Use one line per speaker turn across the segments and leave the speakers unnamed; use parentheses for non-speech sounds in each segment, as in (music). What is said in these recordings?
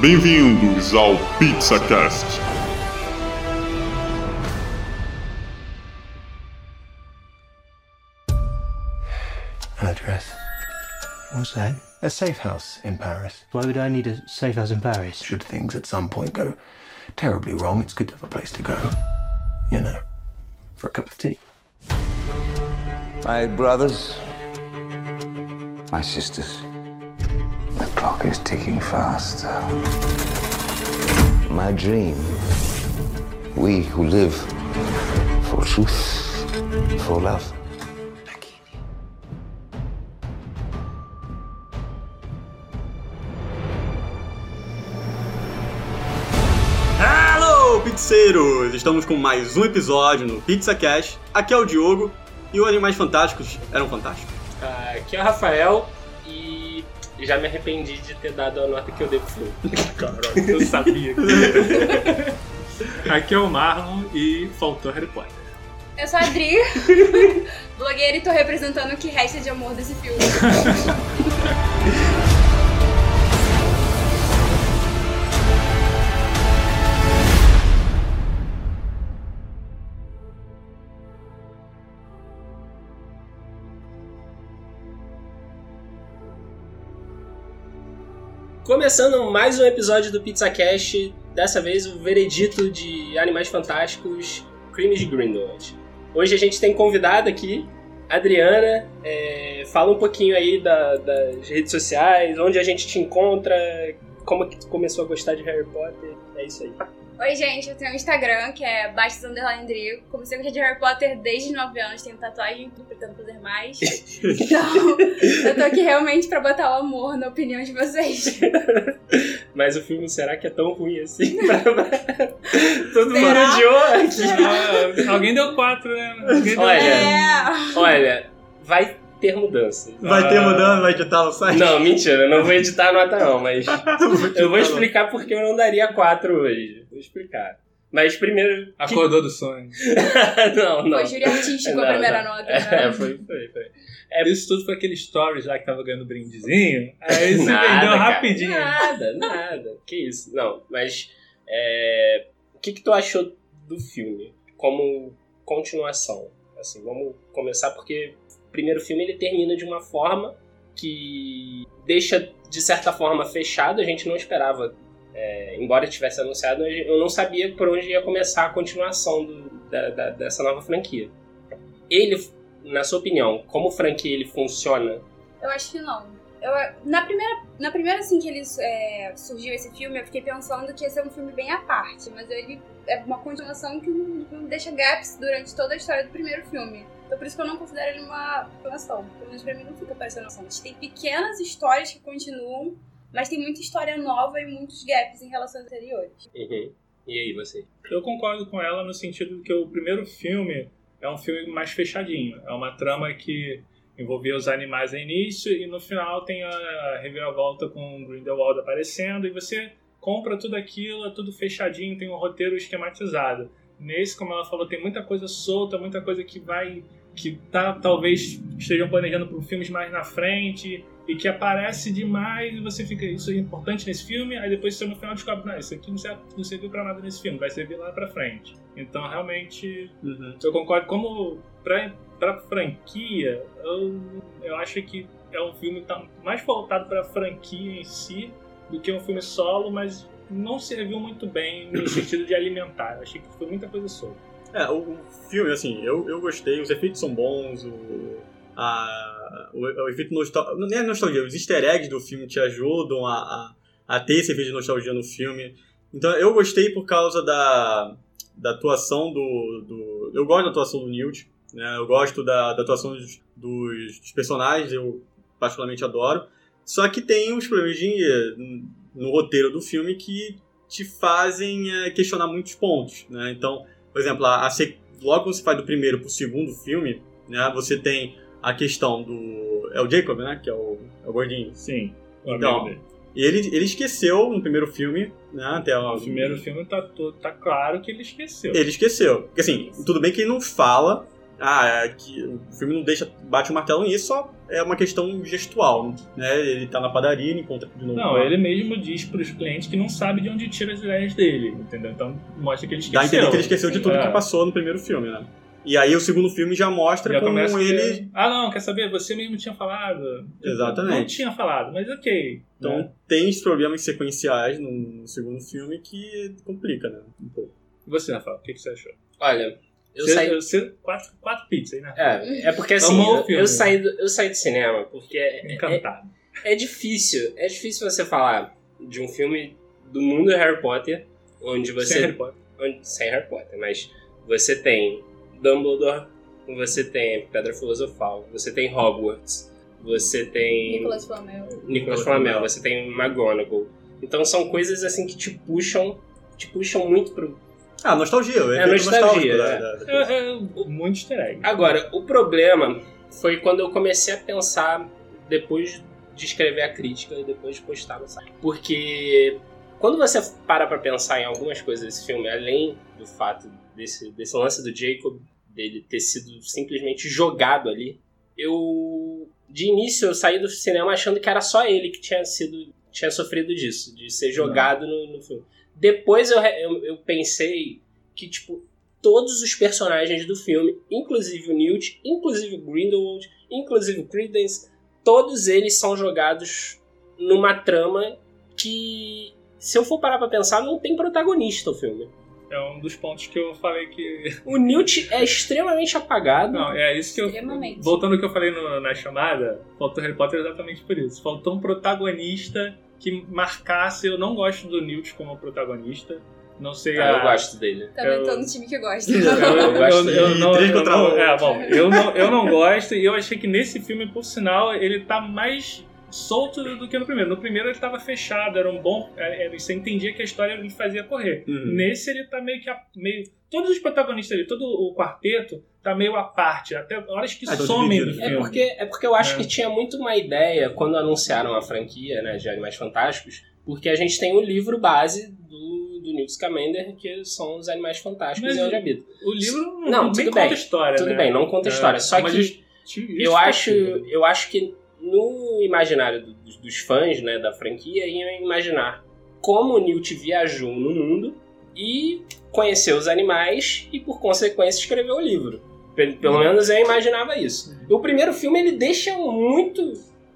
Bem-vindos ao PizzaCast.
address. What's that? A safe house in Paris.
Why would I need a safe house in Paris?
Should things at some point go terribly wrong, it's good to have a place to go. You know, for a cup of tea.
My brothers, my sisters. The clock is ticking faster. My dream. We who live for truth, for love.
Alô, pizzeiros! Estamos com mais um episódio no Pizza Cash. Aqui é o Diogo e os Animais Fantásticos eram fantásticos.
Ah, Aqui é o Rafael e já me arrependi de ter dado a nota que eu dei pro Flow. (laughs) Caralho, eu sabia.
Aqui é o Marlon e faltou Harry Potter.
Eu sou a Adri, blogueira e tô representando o que resta de amor desse filme.
Começando mais um episódio do PizzaCast, dessa vez o veredito de Animais Fantásticos, Crimes de Grindelwald. Hoje a gente tem convidada aqui, Adriana, é, fala um pouquinho aí da- das redes sociais, onde a gente te encontra, como que tu começou a gostar de Harry Potter, é isso aí.
Oi, gente, eu tenho um Instagram que é Bastos Underline Drigo. Comecei a gostar de Harry Potter desde os 9 anos, tenho tatuagem e pretendo fazer
(laughs)
mais. Então, eu tô aqui realmente pra botar o amor na opinião de vocês.
Mas o filme, será que é tão ruim assim? (laughs) Pra- Todo mundo
Será?
odiou aqui.
Ah, alguém deu quatro, né? Alguém
Ah,
deu
Olha.
É!
Olha, vai ter mudança.
Vai
Ah.
ter mudando, vai editar no site?
Não, mentira, eu não vou editar a nota não, mas eu
não.
vou explicar porque eu não daria 4 hoje. Vou explicar. Mas primeiro...
Acordou do sonho.
(laughs) não, não.
Foi júri artístico a
Não,
primeira
não.
nota.
É,
né?
foi, foi, foi.
É, Isso tudo foi aquele stories lá que tava ganhando brindezinho. Aí se
Nada,
vendeu
cara.
rapidinho.
Nada, nada. Que isso. Não, mas... é, O que que tu achou do filme? Como continuação. Assim, vamos começar porque o primeiro filme ele termina de uma forma que deixa, de certa forma, fechado. A gente não esperava. é, embora tivesse anunciado, eu não sabia por onde ia começar a continuação do- da- da- dessa nova franquia. Ele, na sua opinião, como franquia ele funciona?
Eu acho que não. Eu, na primeira, na primeira assim que ele é, surgiu esse filme, eu fiquei pensando que ia ser um filme bem à parte, mas ele é uma continuação que não, não deixa gaps durante toda a história do primeiro filme. Então por isso que eu não considero ele uma continuação. Pelo menos pra mim não fica parecendo uma continuação. Tem pequenas histórias que continuam, mas tem muita história nova e muitos gaps em relação aos anteriores.
Uhum. E aí, você?
Eu concordo com ela no sentido que o primeiro filme é um filme mais fechadinho. É uma trama que envolvia os animais no início e no final tem a reviravolta com o Grindelwald aparecendo e você compra tudo aquilo, é tudo fechadinho, tem um roteiro esquematizado. Nesse, como ela falou, tem muita coisa solta, muita coisa que vai que tá, talvez estejam planejando para filmes mais na frente e que aparece demais e você fica isso é importante nesse filme, aí depois você no final descobre, não, isso aqui não serve, não serviu para nada nesse filme, vai servir lá para frente. Então, realmente, eu concordo como pra, pra franquia, eu, eu acho que é um filme que tá mais voltado pra franquia em si do que um filme solo, mas não serviu muito bem no sentido de alimentar. Eu achei que foi muita coisa solta.
É, o o filme, assim, eu, eu gostei, os efeitos são bons, o, a, o, o efeito nostalgia. Não é nostalgia, os easter eggs do filme te ajudam a, a, a ter esse efeito de nostalgia no filme. Então eu gostei por causa da, da atuação do, do. Eu gosto da atuação do Newt, né? Eu gosto da, da atuação dos, dos, dos personagens, eu particularmente adoro. Só que tem uns problemas de, no roteiro do filme que te fazem eh, questionar muitos pontos, né? Então por exemplo, a, a se- logo quando você vai do primeiro pro segundo filme, né, você tem a questão do. É o Jacob, né? Que é o, é o gordinho.
Sim.
Então, E ele, ele esqueceu no primeiro filme, né? Até o,
o primeiro filme tá, todo, tá claro que ele esqueceu.
Ele esqueceu. Porque assim, tudo bem que ele não fala, ah, é que o filme não deixa bate o martelo nisso, só é uma questão gestual, né? Ele tá na padaria, ele encontra de novo.
Não,
lá.
ele mesmo diz pros clientes que não sabe de onde tira as ideias dele, entendeu? Então mostra que ele
Dá
esqueceu.
a entender que ele esqueceu de tudo
É.
que passou no primeiro filme, né? E aí o segundo filme já mostra
Já
como
começa que-
ele.
Ah, não, quer saber? Você mesmo tinha falado.
Exatamente.
Não tinha falado, mas ok.
Então
É.
né?
tem os problemas sequenciais no, no segundo filme que complica, né? Um pouco.
E você, Rafael, o que, que você achou?
Olha, eu
você,
saí.
você- quatro, quatro pizzas, né?
É, é porque assim,
Amou o
eu,
filme.
eu saí do, eu saí do cinema porque é, é,
Encantado.
é difícil. É difícil você falar de um filme do mundo Harry Potter, onde é, você.
Sem Harry Potter.
onde- sem Harry Potter, mas você tem Dumbledore, você tem Pedra Filosofal, você tem Hogwarts, você tem
Nicolas Flamel.
Nicolas Flamel, você tem McGonagall. Então são coisas assim que te puxam, te puxam muito pro.
Ah, nostalgia, o
É,
efeito nostálgico
nostalgia,
da-
é.
da- da-
É, é, muito easter egg.
Agora, o problema foi quando eu comecei a pensar depois de escrever a crítica e depois de postar no site. Porque quando você para pra pensar em algumas coisas desse filme, além do fato desse, desse lance do Jacob, dele ter sido simplesmente jogado ali, eu. De início eu saí do cinema achando que era só ele que tinha sido. tinha sofrido disso, de ser jogado no, no filme. Depois eu, re- eu, eu pensei que, tipo, todos os personagens do filme, inclusive o Newt, inclusive o Grindelwald, inclusive o Credence, todos eles são jogados numa trama que, se eu for parar pra pensar, não tem protagonista o filme.
É um dos pontos que eu falei que.
O Newt é extremamente apagado.
Não, é isso que eu.
Extremamente.
Voltando ao que eu falei no- na chamada, faltou Harry Potter exatamente por isso. Faltou um protagonista que marcasse. Eu não gosto do Newt como protagonista. Não sei
Ah,
a.
eu gosto dele.
Também
Eu-
tô no time que gosta.
(laughs) Eu, (laughs) eu-
gosto
eu-
de
eu não,
três
eu
contra
não-
um.
é, bom, eu não, eu não gosto e eu achei que nesse filme, por sinal, ele tá mais solto do que no primeiro. No primeiro ele tava fechado, era um bom. era- era- Você entendia que a história lhe fazia correr.
Uhum.
Nesse ele tá meio que. a- meio, todos os protagonistas ali, todo o quarteto, tá meio à parte. Até horas que
Ah, tô
somem do
dividido.
filme.
É porque, é porque eu acho
É.
que tinha muito uma ideia quando anunciaram a franquia né, de Animais Fantásticos, porque a gente tem o livro base do, do Newt Scamander, que são os Animais Fantásticos
Mas
e onde habita.
O livro
Não,
não, nem
tudo
conta
bem.
história,
Tudo
né?
bem, não conta
É,
história. Só
mas
que
justi- justifica.
eu acho, eu acho que no imaginário do- dos, dos fãs né, da franquia iam imaginar como o Newt viajou no mundo e conheceu os animais e, por consequência, escreveu o livro. Pe-
Uhum.
Pelo menos eu imaginava isso. O primeiro filme ele deixa um muito.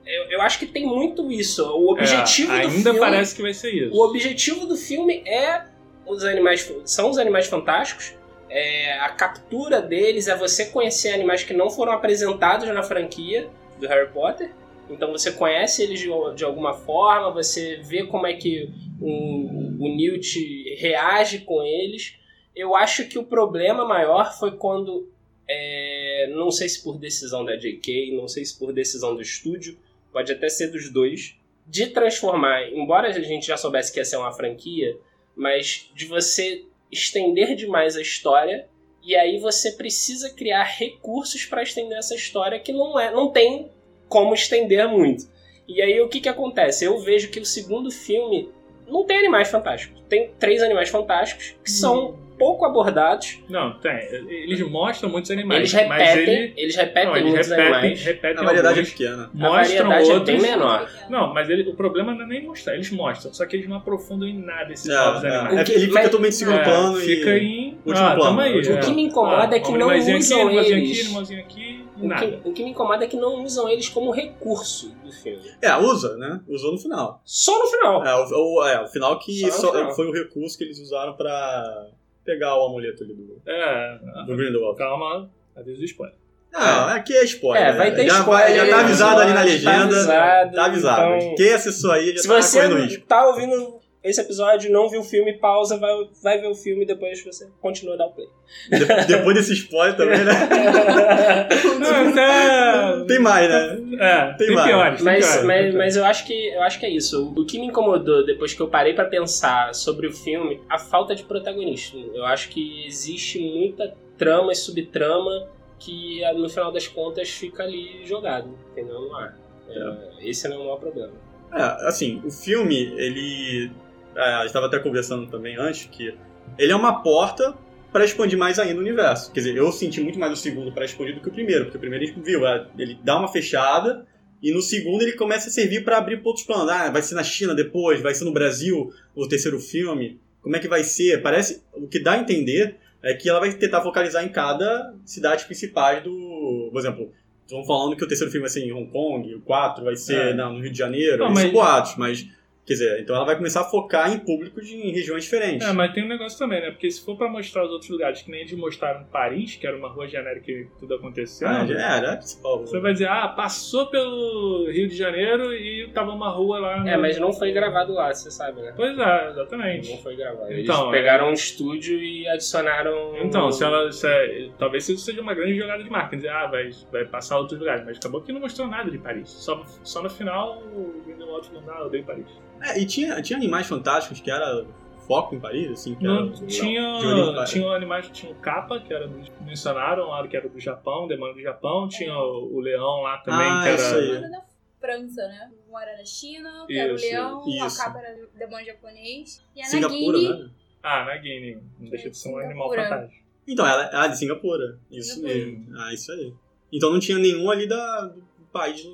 Eu, eu acho que tem muito isso. O
É,
objetivo do
ainda
filme.
parece que vai ser isso.
O objetivo do filme é os animais, são os animais fantásticos. é, a captura deles é você conhecer animais que não foram apresentados na franquia do Harry Potter. Então você conhece eles de, de alguma forma, você vê como é que o, o Newt reage com eles. Eu acho que o problema maior foi quando, é, não sei se por decisão da J.K., não sei se por decisão do estúdio, pode até ser dos dois, de transformar, embora a gente já soubesse que ia ser uma franquia, mas de você estender demais a história e aí você precisa criar recursos para estender essa história que não é, não tem como estender muito. E aí o que que acontece? Eu vejo que o segundo filme não tem animais fantásticos. Tem três animais fantásticos
Uhum.
que são pouco abordados.
Não, tem. Eles mostram muitos animais.
eles repetem,
mas ele...
eles repetem
não, eles
muitos
repetem,
animais.
repetem
A variedade é
alguns,
pequena.
A
mostram
variedade é bem
outros.
menor.
Não, mas ele- o problema não é nem mostrar, eles mostram, só que eles não aprofundam em nada esses
É,
né?
novos
é.
animais.
É, ele fica
Mas-
totalmente em segundo
É,
plano
fica
e.
em
último
ah,
plano.
Tamo aí,
O
que
é.
me incomoda
Ah,
é que
um
não
animalzinho
usam
aqui, animalzinho
eles.
aqui, animalzinho aqui,
O
nada.
que, o que me incomoda é que não usam eles como recurso do filme.
É, usa, né? Usou no final.
Só no final.
É, o, o- é, o final que
Só no
só-
final.
foi o recurso que eles usaram pra pegar o amuleto ali do,
É,
do Grindelwald.
calma, aviso do spoiler.
Ah, aqui é spoiler.
Tá. É, vai
né?
ter
já
spoiler,
Já tá avisado ali na
tá
legenda.
avisado,
tá avisado.
então-
Quem acessou aí já
Se
tá
você
correndo risco.
tá ouvindo esse episódio, não viu o filme, pausa, vai, vai ver o filme e depois você continua a dar o
(laughs)
play.
De- depois desse spoiler também, né?
(laughs)
Não,
Tem mais, né?
é, tem,
Tem mais.
piores, tem
Mas,
piores.
mas, mas eu acho que eu acho que é isso. O que me incomodou depois que eu parei pra pensar sobre o filme, a falta de protagonista. Eu acho que existe muita trama e subtrama que no final das contas fica ali jogado, entendeu? No ar.
Tá.
É, Esse não é o maior problema.
É, assim, o filme, ele. é, a gente tava até conversando também antes que ele é uma porta para expandir mais ainda o universo. Quer dizer, eu senti muito mais o segundo para expandir do que o primeiro, porque o primeiro a gente viu, é, ele dá uma fechada e no segundo ele começa a servir para abrir outros planos. Ah, vai ser na China depois, vai ser no Brasil o terceiro filme. Como é que vai ser? Parece o que dá a entender é que ela vai tentar focalizar em cada cidade principais do, por exemplo, estão falando que o terceiro filme vai ser em Hong Kong, o 4 vai ser
É.
na- no Rio de Janeiro,
Não,
não, mas...
mas-
boatos, mas quer dizer, então ela vai começar a focar em públicos de- em regiões diferentes.
É, mas tem um negócio também, né? Porque se for pra mostrar os outros lugares, que nem eles mostraram Paris, que era uma rua genérica que tudo aconteceu,
Ah, é, era principal.
você vai dizer, ah, passou pelo Rio de Janeiro e tava uma rua lá.
É, mas não foi gravado lá, você sabe, né?
Pois é,
Não
exatamente.
foi gravado. Eles
Então,
pegaram um estúdio e adicionaram. um
Então, se ela, se é- talvez isso seja uma grande jogada de marketing, dizer, ah, vai, vai passar outros lugares, mas acabou que não mostrou nada de Paris. Só, só no final o Grindelwald falou, ah, eu odeio Paris.
É, e tinha, tinha animais fantásticos que era foco em Paris, assim, que
Não,
era-
tinha,
de origem para-
tinha o animais, tinha o capa, que era do, mencionaram lá, que era do Japão, o demônio do Japão, tinha o, o leão lá também,
Ah,
que era.
isso aí.
Uma era da França, né? Uma era da China, que era o
Isso,
leão,
isso.
a capa era do demônio japonês. E a Nagini,
Singapura, né?
Ah, na Guiné. Não deixa de ser um animal
Singapura.
fantástico.
Então, ela ah, de Singapura. Isso
Singapura.
mesmo. Ah, isso aí. Então não tinha nenhum ali da, do país.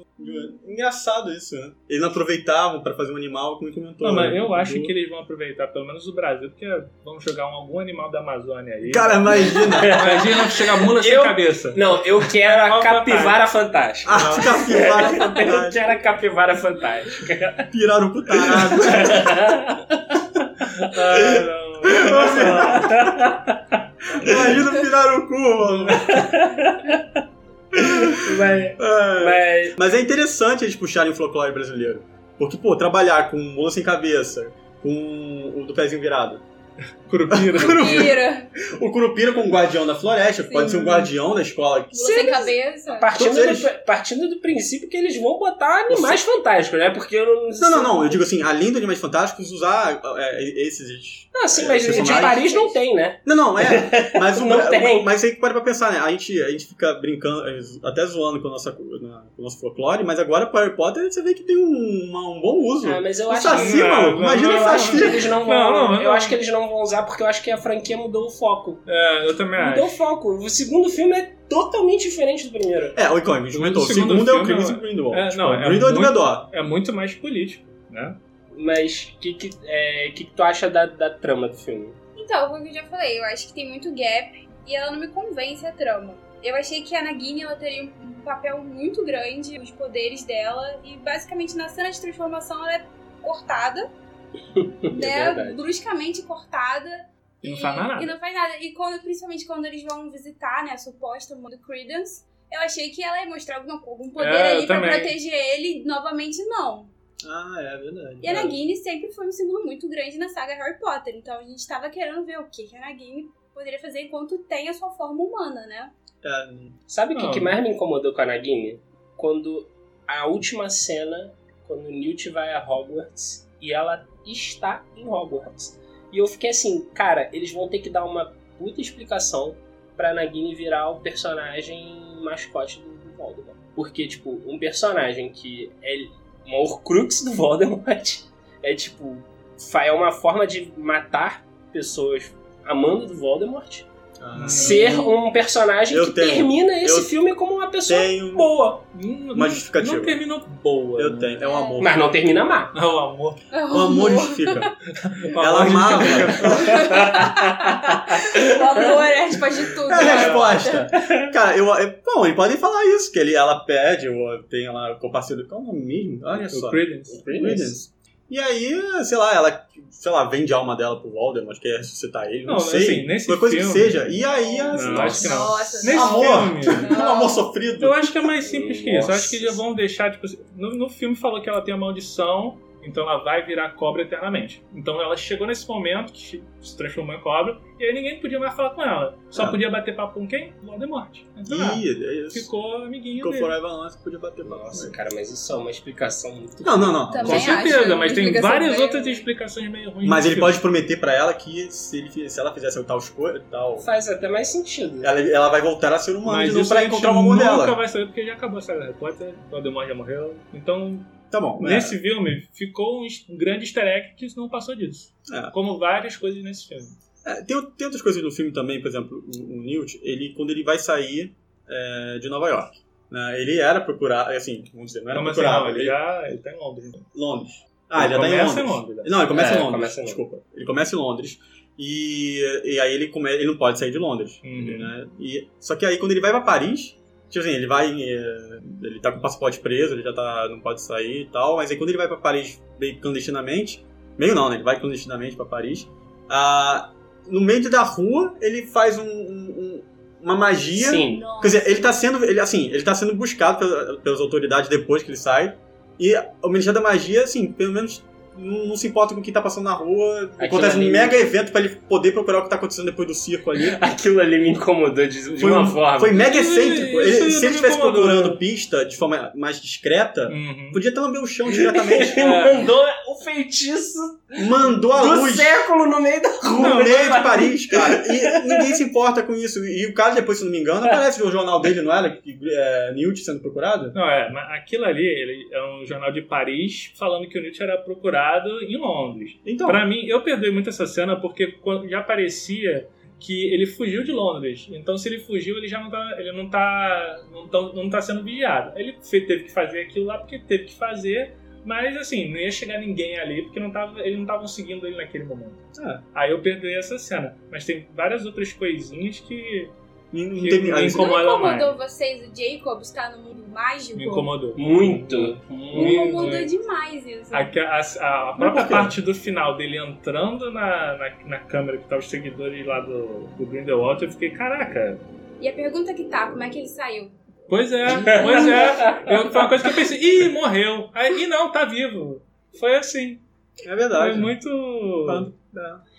Engraçado isso, né? Eles não aproveitavam pra fazer um animal, como ele comentou.
Não, mas
né?
eu acho
Do-
que eles vão aproveitar pelo menos o Brasil, porque vão jogar um- algum animal da Amazônia aí.
Cara, imagina!
(laughs) imagina chegar mula sem
Eu-
cabeça.
Não, eu quero a
Animal
capivara fantástica.
Ah,
É,
capivara
Eu
(laughs)
fantástica.
quero a capivara fantástica.
Piraram pro tarado.
Ah, não.
Imagina piraram o cu, mano.
Mas,
É.
mas
Mas é interessante eles puxarem o folclore brasileiro. Porque, pô, trabalhar com mola sem cabeça, com o do pezinho virado. (laughs)
Curupira.
né?
Pira,
O curupira com o guardião da floresta,
Sim.
pode ser um guardião da escola.
Lula sem cabeça.
É partindo
Ah, Todos eles-
do, partindo do princípio que eles vão botar animais fantásticos, né? Porque eu não.
Não, não, não. Eu digo assim, além dos animais fantásticos, usar é, esses.
Não, Ah, sim, mas de
é, Personagens.
Paris não tem, né?
Não, não, é.
(laughs)
Mas, o,
Não tem.
mas aí para pra pensar, né? A gente, a gente fica brincando, é, até zoando com, a nossa, na- com o nosso folclore, mas agora com Harry Potter você vê que tem um, uma- um bom uso.
É, né?
Ah, mas eu
o
acho que.
Saci,
não,
mano.
não,
Assim, Imagina o
não,
Eu acho que
Saci.
eles não vão.
Não, não, não.
Eu acho que eles não vão usar porque eu acho que a franquia mudou o foco.
É, eu também
Mudou o
acho.
foco. O segundo filme é totalmente diferente do primeiro.
É, o icônico, a gente comentou. O
O segundo
segundo é o
filme,
Crimes
é-
e Grindelwald.
é,
Tipo,
não, é
Grindelwald do
muito-
Bedó.
É muito mais político, né?
Mas o que, que, é, que, que tu acha da, da trama do filme?
Então, foi o que eu já falei, eu acho que tem muito gap e ela não me convence a trama. Eu achei que a Nagini ela teria um um papel muito grande, os poderes dela, e basicamente na cena de transformação ela é
(laughs)
cortada, né?
verdade.
bruscamente cortada.
É E não faz mais nada.
E não faz nada. E quando, principalmente quando eles vão visitar, né, a suposta mãe do Credence, eu achei que ela ia mostrar alguma, algum poder
É, eu
ali pra
também.
proteger ele. Novamente, não.
Ah, é verdade.
E a Nagini sempre foi um símbolo muito grande na saga Harry Potter, então a gente tava querendo ver o que que a Nagini poderia fazer enquanto tem a sua forma humana, né?
É,
Sabe o que,
Não.
que mais me incomodou com a Nagini? Quando a última cena, quando o Newt vai a Hogwarts e ela está em Hogwarts. E eu fiquei assim, cara, eles vão ter que dar uma puta explicação pra Nagini virar o personagem mascote do, do Voldemort. Porque, tipo, um personagem que é uma Horcrux do (laughs) Voldemort é, tipo, fa- é uma forma de matar pessoas amando do Voldemort
ah,
ser um personagem
Eu
que
tenho.
termina esse
Eu
filme como uma pessoa
tenho.
boa.
Não-
Uma
não-
justificativa.
Não terminou boa.
Eu
né?
tenho. É um amor.
Mas não termina má.
É o amor.
O amor
(laughs)
justifica. Ela
Amor
amava.
(laughs) O amor é a resposta de tudo.
É a
né?
resposta. Cara, eu, eu, bom, eles podem falar isso, que ele, ela pede, ou tem lá o compartilho. Qual é o nome mesmo? (laughs) Olha
O
só.
Credence.
Credence. E aí, sei lá, ela, sei lá, vende a alma dela pro Voldemort, quer ressuscitar ele, não,
Não,
sei.
assim, nesse
Qualquer coisa que
filme-
seja. E aí, assim,
Não, acho que não.
Nossa,
Nesse
Amor.
filme.
(laughs) um amor sofrido.
Eu acho que é mais simples que isso. Eu acho que
Nossa.
já vão deixar, tipo. assim, No, no filme falou que ela tem a maldição, então ela vai virar cobra eternamente. Então ela chegou nesse momento que se transformou em cobra, e aí ninguém podia mais falar com ela. Só
Ah.
podia bater papo com quem? Voldemort. Então, ah,
Ih, é isso. Ficou,
ficou amiguinho dele.
Forever Alone, que podia bater pra
Nossa,
nós.
cara, mas isso é uma explicação muito.
Não, não, não.
Também
Com certeza,
acho né?
mas tem
explicação
várias
meio-
outras explicações meio ruins.
Mas
no
ele
filme.
pode prometer pra ela que se, ele, se ela fizesse tal escolha, tal.
Faz até mais sentido.
Ela, ela vai voltar a ser humana
Mas
de novo
isso
um pra
a gente
encontrar o amor
nunca
dela.
vai saber porque já acabou a saga Harry Potter, o Voldemort já morreu. Então,
Tá bom. é.
nesse um filme ficou um es- grande easter egg que não passou disso.
É.
Como várias coisas nesse filme.
É, tem, o- tem outras coisas no filme também, por exemplo, o, o Newt, ele, quando ele vai sair é, de Nova York, né, ele era procurado, assim, vamos dizer, não era
Como assim,
procurado,
não, ele
ele-
já ele tá em Londres.
Londres. Ah, ele
Ele
já tá em Londres.
começa em Londres, né?
Não, ele começa
É,
em Londres.
começa em Londres.
desculpa. Ele começa em Londres. E, e aí ele, come, ele não pode sair de Londres.
Uhum.
né? E, só que aí quando ele vai pra Paris, tipo assim, ele vai. em, eh, Ele tá com o passaporte preso, ele já tá, não pode sair e tal. Mas aí quando ele vai pra Paris meio clandestinamente, meio não, né? Ele vai clandestinamente pra Paris. ah, no meio da rua, ele faz um- um- um- uma magia.
Sim.
Nossa.
Quer dizer, ele tá sendo, ele, assim, ele tá sendo buscado pela- pelas autoridades depois que ele sai. E o Ministério da Magia, assim, pelo menos não, não se importa com o que tá passando na rua.
Aquilo
Acontece um
ali-
mega evento pra ele poder procurar o que tá acontecendo depois do circo ali.
Aquilo ali me incomodou de, de
Foi
uma
um-
forma.
Foi mega
Isso
excêntrico.
não
Ele-
me
se ele estivesse
incomodou,
procurando
né?
pista de forma mais discreta,
Uhum. É.
podia ter lamber o chão diretamente.
(laughs)
Ele mandou o feitiço
Mandou a
do
luz.
século no meio da rua.
No meio de Paris, cara. E ninguém se importa com isso. E o cara, depois, se não me engano, aparece no jornal dele, não era? Que, é, Newt sendo procurado?
Não, é, mas aquilo ali ele é um jornal de Paris falando que o Nietzsche era procurado em Londres.
Então.
Pra mim, eu perdoei muito essa cena porque quando- já parecia que ele fugiu de Londres. Então, se ele fugiu, ele já não tá, ele não tá, não tá, não tá sendo vigiado. Ele fe- teve que fazer aquilo lá porque teve que fazer, mas assim, não ia chegar ninguém ali porque não tava, eles não estavam seguindo ele naquele momento.
Ah.
Aí eu perdoei essa cena, mas tem várias outras coisinhas que
Não
Que
teve-
me
ah,
incomoda
não
mais.
incomodou vocês o Jacob estar no mundo mágico?
é me incomodou. né?
Muito,
Hum.
Me incomodou
muito.
demais isso.
A, a- a
por
própria
quê?
parte do final dele entrando na, na, na câmera que tá os seguidores lá do, do Grindelwald, eu fiquei, caraca,
E a pergunta que tá, como é que ele saiu?
pois é,
(laughs)
pois é. Eu, foi uma coisa que eu pensei, ih, morreu. Aí, ih, não, tá vivo. Foi assim.
É
Foi
verdade.
muito.
Tá.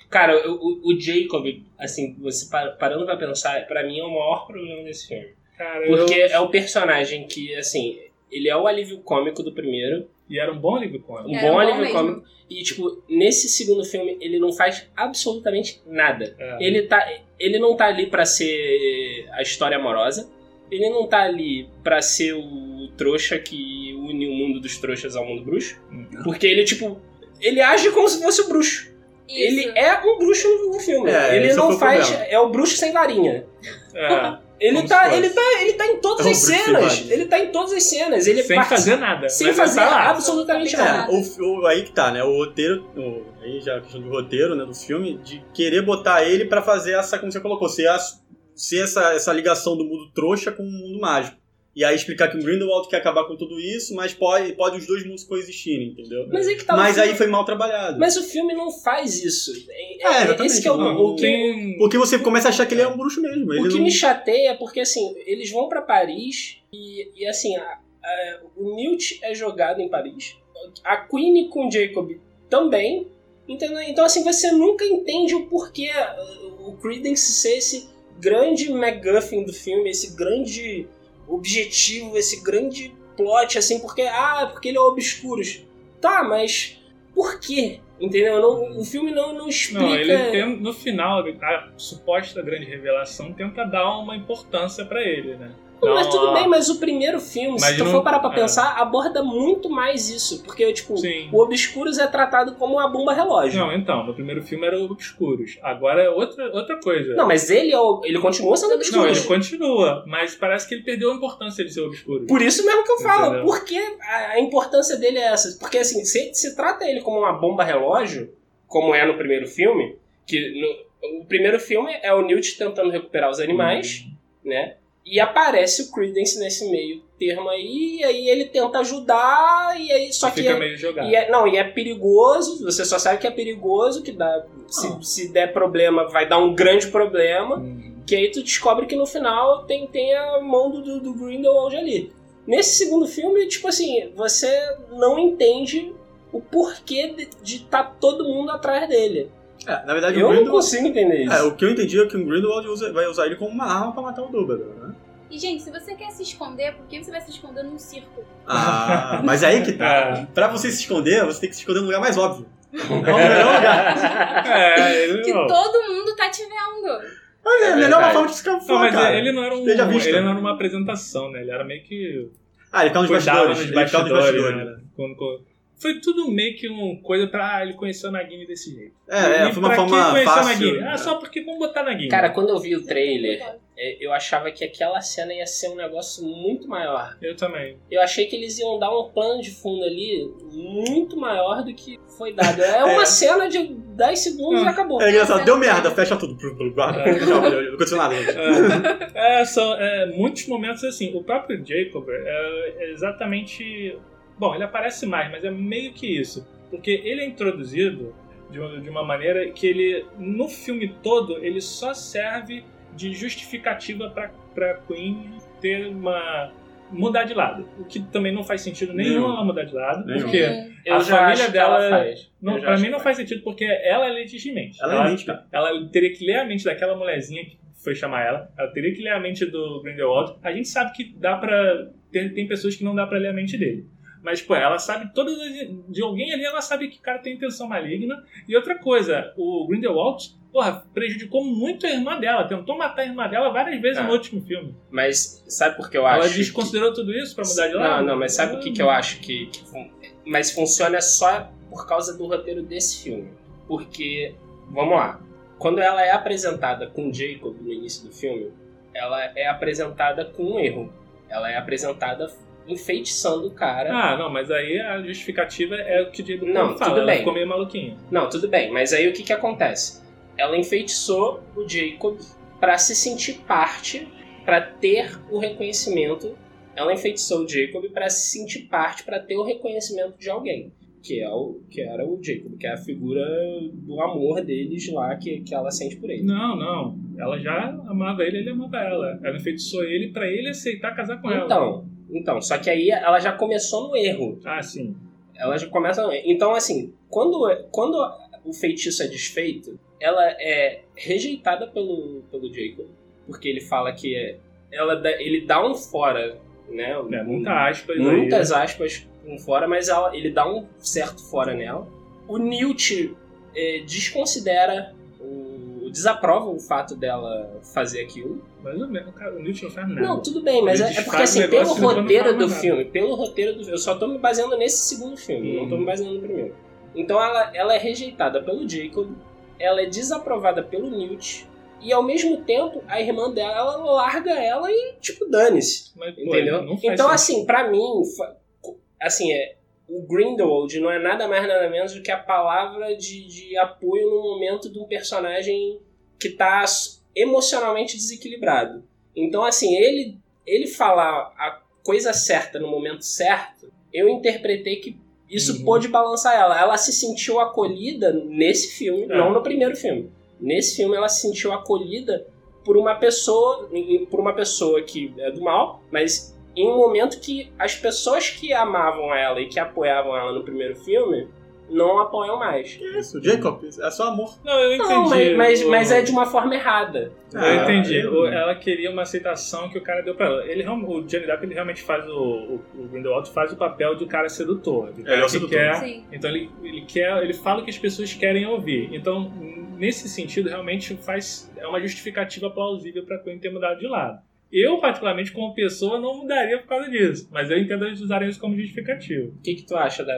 Cara, o, o- o Jacob, assim, você pa- parando pra pensar, pra mim é o maior problema desse filme.
Cara,
Porque
eu-
é o personagem que, assim, ele é o alívio cômico do primeiro,
E era um bom livro
um
cômico.
É,
bom
é bom
alívio
mesmo.
cômico. E, tipo, nesse segundo filme, ele não faz absolutamente nada.
É.
Ele, tá, ele não tá ali pra ser a história amorosa. Ele não tá ali pra ser o trouxa que une o mundo dos trouxas é ao mundo bruxo. Porque ele, tipo, ele age como se fosse o bruxo.
Isso.
Ele é um bruxo no filme.
É,
ele
esse foi
não
o
faz.
problema.
É o bruxo sem varinha.
É,
Ele
Como se
tá,
fosse.
ele, tá, ele tá em todas
É um
as
bruxo sem
cenas.
varinha.
Ele tá em todas as cenas. Ele
sem
parte-
fazer nada.
Sem
mas
fazer
ele tá lá.
absolutamente
Tá
nada.
lá.
É, o, o- aí que tá, né? O roteiro, o- aí já a questão do roteiro, né, do filme, de querer botar ele pra fazer essa, como você colocou, ser, a- ser essa, essa ligação do mundo trouxa com o mundo mágico. E aí explicar que o Grindelwald quer acabar com tudo isso, mas pode, pode os dois mundos coexistirem, entendeu?
Mas aí que tá o
Mas
filme-
aí foi mal trabalhado.
Mas o filme não faz isso. É,
É,
é-
exatamente,
esse que é o,
não-
o que,
Tem-
Porque você começa a achar que ele é um bruxo mesmo. Ele
o que
não...
me chateia é porque, assim, eles vão pra Paris e, e, assim, a- a- o Newt é jogado em Paris, a Queen com o Jacob também, entendeu? Então, assim, você nunca entende o porquê uh, o Creedence ser esse grande MacGuffin do filme, esse grande objetivo, esse grande plot, assim, porque, ah, porque ele é obscuros. Tá, mas por quê? Entendeu? Não- o filme não, não explica...
Não, ele tem, no final, a suposta grande revelação tenta dar uma importância pra ele, né?
Não, mas
Dá
tudo
uma-
bem, mas o primeiro filme,
Mas
se tu
não-
for parar pra
é.
pensar, aborda muito mais isso. Porque, tipo,
Sim.
o Obscuros é tratado como a bomba relógio. Não,
Não, então, no primeiro filme era o Obscuros. Agora é outra, outra coisa.
mas ele, é o- ele continua sendo
Não,
Obscuros.
ele continua, mas parece que ele perdeu a importância de ser Obscuros.
Por isso mesmo que eu falo,
Entendeu?
porque a, a importância dele é essa. Porque, assim, se, se trata ele como uma bomba relógio, como é no primeiro filme, que no- o primeiro filme é o Newt tentando recuperar os animais,
Uhum.
né? E aparece o Creedence nesse meio termo aí, e aí ele tenta ajudar, e aí só que...
Fica meio jogado.
E é- não, e é perigoso, você só sabe que é perigoso, que dá, se, se der problema, vai dar um grande problema,
Hum.
que aí tu descobre que no final tem, tem a mão do- do, do Grindelwald ali. Nesse segundo filme, tipo assim, você não entende o porquê de- de estar todo mundo atrás dele.
É, na verdade, o
Eu não
Grindelwald...
consigo entender isso.
É, o que eu entendi é que o Grindelwald usa- vai usar ele como uma arma pra matar o Dumbledore, né?
E, gente, se você quer se esconder, por que você vai se esconder num circo?
Ah, mas aí que tá.
Ah.
Pra você se esconder, você tem que se esconder num lugar mais óbvio. Qual o melhor lugar?
(laughs)
É, ele
Que
não.
todo mundo tá te vendo.
Mas é, a melhor uma forma de se
Não,
camuflar,
mas
cara.
ele não era um.
Esteja à vista.
Ele não era uma apresentação, né? Ele era meio que.
Ah, ele ficava nos
cuidava
bastidores.
nos
Ele ficava nos
bastidores,
bastidores.
né? Com- com- Foi tudo meio que uma coisa pra ah, ele conhecer o Nagini desse jeito.
É, é,
E
foi uma
pra que
forma
conhecer o
fácil.
Nagini? Ah, só porque vamos botar
(laughs)
Nagini.
Cara, quando eu vi o trailer, é, eu achava que aquela cena ia ser um negócio muito maior.
Eu também.
Eu achei que eles iam dar um plano de fundo ali muito maior do que foi dado. É uma
(laughs)
É.
cena de 10 segundos
Hum.
e acabou.
É engraçado, deu merda, fecha tudo pro, pro guarda. Tchau, Não aconteceu nada, gente.
É, é, são é, muitos momentos assim. O próprio Jacob é exatamente. Bom, ele aparece mais, mas é meio que isso. Porque ele é introduzido de uma, de uma maneira que ele, no filme todo, ele só serve de justificativa pra, pra Queen ter uma. mudar de lado. O que também não faz sentido nenhum
Nenhum.
ela mudar de lado.
Nenhum.
Porque
Eu
a
já
família
acho que
dela-
ela faz.
Não,
Eu já
pra
acho
mim não
que
faz sentido porque ela é legitimamente.
Ela é legítima.
ela teria que ler a mente daquela mulherzinha que foi chamar ela. Ela teria que ler a mente do Grindelwald. A gente sabe que dá pra. Tem, tem pessoas que não dá pra ler a mente dele. Mas, pô, ela sabe todas as. De alguém ali, ela sabe que o cara tem intenção maligna. E outra coisa, o Grindelwald, porra, prejudicou muito a irmã dela. Tentou matar a irmã dela várias vezes
Ah.
no último filme.
Mas sabe por que eu
ela
acho? que-
desconsiderou tudo isso pra mudar de lado?
Não, não, mas sabe o que, que eu acho que, que fun- mas funciona só por causa do roteiro desse filme. Porque, vamos lá, quando ela é apresentada com Jacob no início do filme, ela é apresentada com um erro. Ela é apresentada enfeitiçando o cara.
Ah, não, mas aí a justificativa é o que o Diego
Não,
fala.
tudo
ela
bem.
ficou meio maluquinha.
Não, tudo bem, mas aí o que, que acontece? Ela enfeitiçou o Jacob pra se sentir parte, pra ter o reconhecimento. Ela enfeitiçou o Jacob pra se sentir parte, pra ter o reconhecimento de alguém, que é o que era o Jacob, que é a figura do amor deles lá que, que ela sente por ele.
Não, não. Ela já amava ele, ele amava ela. Ela enfeitiçou ele pra ele aceitar casar com ela.
Então, então, só que aí ela já começou no erro.
Ah, sim.
ela já começa. Então, assim, quando, quando o feitiço é desfeito, ela é rejeitada pelo, pelo Jacob, porque ele fala que é- ela, dá- ele dá um fora, né?
É,
Um-
muita aspas
muitas
aí.
aspas um fora, mas ela, ele dá um certo fora nela. O Newt é, desconsidera, o, desaprova o fato dela fazer aquilo.
Mais ou menos. Cara, o Newt não faz nada.
Não, tudo bem, mas
Ele
é, é porque
desfaz o
assim, pelo
negócio e depois não
roteiro
fala
do
mais nada.
filme, pelo roteiro do eu só tô me baseando nesse segundo filme, não
Uhum.
tô me baseando no primeiro. Então ela, ela é rejeitada pelo Jacob, ela é desaprovada pelo Newt, e ao mesmo tempo a irmã dela ela larga ela e tipo dane-se,
Mas, pô,
entendeu?
não faz
então
sentido.
assim, pra mim, fa- co- assim, é o Grindelwald não é nada mais nada menos do que a palavra de, de apoio no momento de um personagem que tá s- emocionalmente desequilibrado. Então, assim, ele, ele falar a coisa certa no momento certo, eu interpretei que isso
Uhum.
pôde balançar ela. Ela se sentiu acolhida nesse filme,
É.
não no primeiro filme. Nesse filme ela se sentiu acolhida por uma pessoa, por uma pessoa que é do mal, mas em um momento que as pessoas que amavam ela e que apoiavam ela no primeiro filme não apoiam mais.
Que isso, Jacob? É só amor.
Não, eu entendi.
Não, mas, mas,
o-
mas é de Ah, uma forma errada.
Ah,
Eu entendi. O- Ela queria uma aceitação que o cara deu pra ela. Ele, real- o Johnny Depp ele realmente faz o, o, o Grindelwald faz o papel de cara sedutor. De
É,
cara
ele é o
que
sedutor.
quer
Sim.
Então ele, ele quer, ele fala o que as pessoas querem ouvir. Então, nesse sentido, realmente faz é uma justificativa plausível para Queen ter mudado de lado. Eu, particularmente, como pessoa, não mudaria por causa disso. Mas eu entendo eles usarem isso como justificativo.
O que, que tu acha da.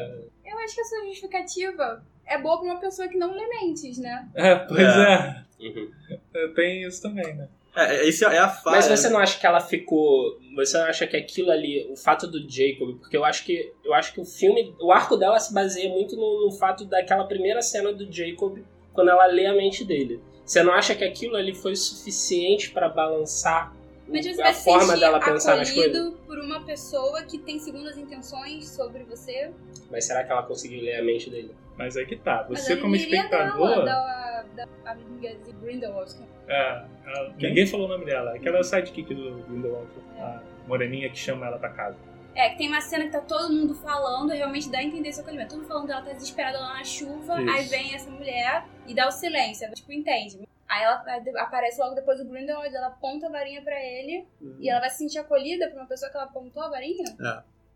Eu acho que essa justificativa é boa pra uma pessoa que não lê mentes, né?
É, pois é.
Uhum.
É, Tem isso também, né?
É, esse é a falha.
Mas você não acha que ela ficou. Você não acha que aquilo ali, o fato do Jacob, porque eu acho que. Eu acho que o filme. O arco dela se baseia muito no, no fato daquela primeira cena do Jacob quando ela lê a mente dele. Você não acha que aquilo ali foi suficiente pra balançar
Mas você
a
vai se
forma
sentir
dela pensar nas coisas?
acolhido por uma pessoa que tem segundas intenções sobre você.
Mas será que ela conseguiu ler a mente dele?
Mas aí que tá.
Mas
Você,
eu
como
diria
espectador.
Dela, da, da amiga de Grindelwald. que-
é, ela- ninguém falou o nome dela. Aquela é o sidekick do Grindelwald. A moreninha que chama ela pra casa.
É, que tem uma cena que tá todo mundo falando, realmente dá a entender seu acolhimento. Todo mundo falando que ela tá desesperada lá na chuva,
Isso.
aí vem essa mulher e dá o silêncio, ela, tipo, entende. Aí ela aí de- aparece logo depois do Grindelwald, ela aponta a varinha pra ele
Uhum.
e ela vai se sentir acolhida por uma pessoa que ela apontou a varinha.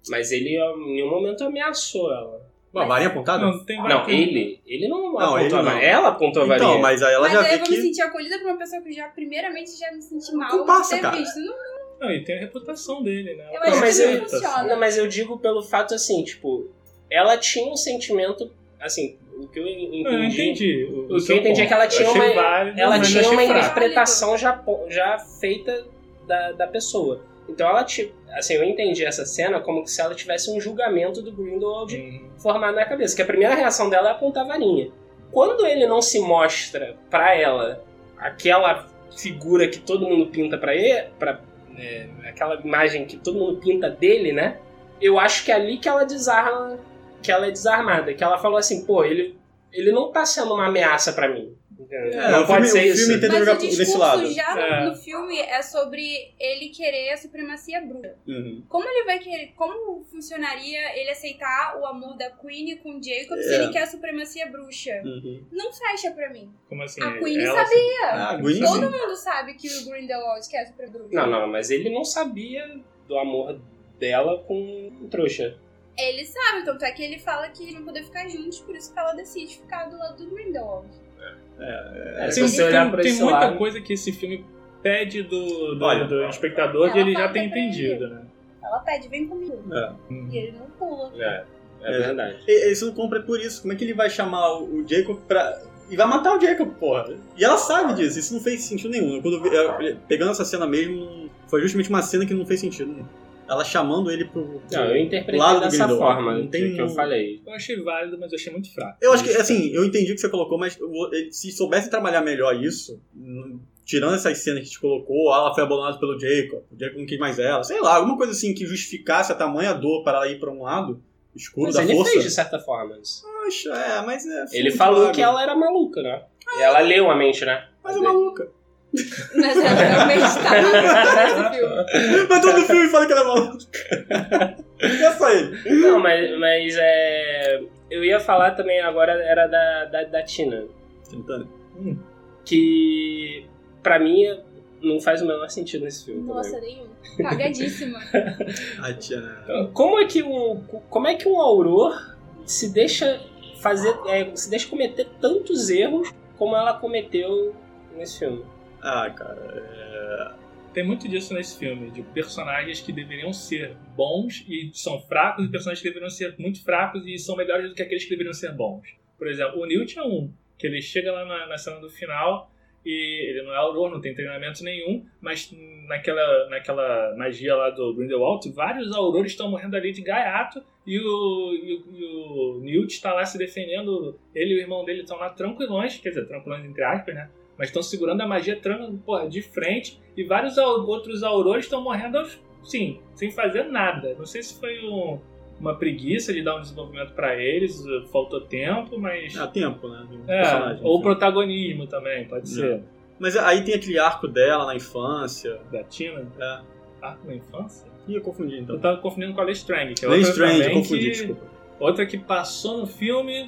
Mas ele ó, em nenhum momento ameaçou ela.
Uma varinha apontada?
Não, tem
Ah, Não,
vários-
ele. Ele não, apontou
ele
a
não.
varinha. Ela apontou a varinha.
Então, mas aí ela
Mas
já
aí eu
vê
vou me
que.
sentir acolhida por uma pessoa que já, primeiramente, já me senti mal
Não
por
passa,
ter
cara.
visto. Não,
Não, e tem a reputação dele, né?
Eu
Ela
acho que
tem
não
reputação.
funciona.
Não, mas eu digo pelo fato assim, tipo, ela tinha um sentimento, assim, o que eu entendi.
Não, eu entendi.
O que eu entendi é que ela tinha uma- Ela tinha uma interpretação já, po- já feita da, da pessoa. Então ela, tipo, assim, eu entendi essa cena como que se ela tivesse um julgamento do Grindelwald
Hum,
formado na cabeça, que a primeira reação dela é apontar a varinha. Quando ele não se mostra pra ela aquela figura que todo mundo pinta pra ele, pra, é, aquela imagem que todo mundo pinta dele, né? Eu acho que é ali que ela desarma, que ela é desarmada, que ela falou assim, pô, ele, ele não tá sendo uma ameaça pra mim. não
É, o
pode
filme-
ser
o
isso.
filme tem- Tenta
Mas
jogar
o
por- desse
discurso
lado.
já no-
É.
no filme é sobre ele querer a supremacia bruta.
Uhum.
Como ele vai querer. Como funcionaria ele aceitar o amor da Queen com o Jacob se
É.
ele quer a supremacia bruxa?
Uhum.
Não fecha pra mim.
Como assim?
A Queen
ela-
sabia.
Ah, Green,
Todo mundo sabe que o Grindelwald quer a supremacia
Não, não, mas ele não sabia do amor dela com o trouxa.
Ele sabe, tanto é que ele fala que eles não poder ficar juntos, por isso que ela decide ficar do lado do Grindelwald.
É, se
Tem,
você olhar
tem-
por
tem
esse
muita
lado,
coisa que esse filme pede do, do,
Olha,
do espectador de
ela
ele já
fala
ter
pra ele.
entendido, né?
Ela pede, vem comigo.
Uhum.
E ele não pula.
É, é
É.
verdade.
E- Isso não compra por isso. Como é que ele vai chamar o o Jacob pra. E vai matar o Jacob, porra. E ela sabe disso, isso não fez sentido nenhum. Quando eu vi- eu- pegando essa cena mesmo, foi justamente uma cena que não fez sentido. nenhum. Ela chamando ele pro. pro-
Não, eu interpretei
Lado do
dessa
Grindelwald.
forma
Não tem
que eu
um-
falei.
Eu achei válido, mas eu achei muito fraco.
Eu acho que, assim, eu entendi o que você colocou, mas eu vou- ele- se soubesse trabalhar melhor isso, n- tirando essas cenas que a gente colocou, ah, ela foi abandonada pelo Jacob, o Jacob não quis mais ela, sei lá, alguma coisa assim que justificasse a tamanha dor para ela ir pra um lado escuro
Mas
da
ele
força.
fez de certa forma isso.
Poxa, é, mas é, foi
Ele
muito
falou
vago.
que ela era maluca, né? E ela leu a mente, né?
Mas é maluca.
Mas ela realmente tá no filme.
Mas todo filme fala que ela é maluca. é só ele.
Não, mas, mas é. Eu ia falar também agora, era da, da, da Tina.
Tentando.
Que pra mim não faz o menor sentido nesse filme. também.
Nossa, nenhum. Cagadíssima.
A tia. né?
Como é que um, como é que um auror se deixa fazer, é, se deixa cometer tantos erros como ela cometeu nesse filme?
Ah, cara.
Tem muito disso nesse filme, de personagens que deveriam ser bons e são fracos, e personagens que deveriam ser muito fracos e são melhores do que aqueles que deveriam ser bons. Por exemplo, o Newt é um, que ele chega lá na, na cena do final e ele não é auror, não tem treinamento nenhum, mas naquela, naquela magia lá do Grindelwald, vários aurores estão morrendo ali de gaiato e o, e o, e o Newt está lá se defendendo, ele e o irmão dele estão lá tranquilões, quer dizer, tranquilões entre aspas, né? Mas estão segurando a magia tran- porra, de frente e vários au- outros aurores estão morrendo, aos- sim, sem fazer nada. Não sei se foi um- uma preguiça de dar um desenvolvimento pra eles, faltou tempo, mas.
Há tempo, né? É. do
É,
personagem,
ou
enfim.
protagonismo também, pode ser.
Mas aí tem aquele arco dela na infância.
Da Tina,
É.
arco da infância.
Ih, eu confundi então.
Eu tava confundindo com a Lestrange, que é
Lane
outra
Strange, eu
também
confundi,
que-
desculpa.
outra que passou no filme.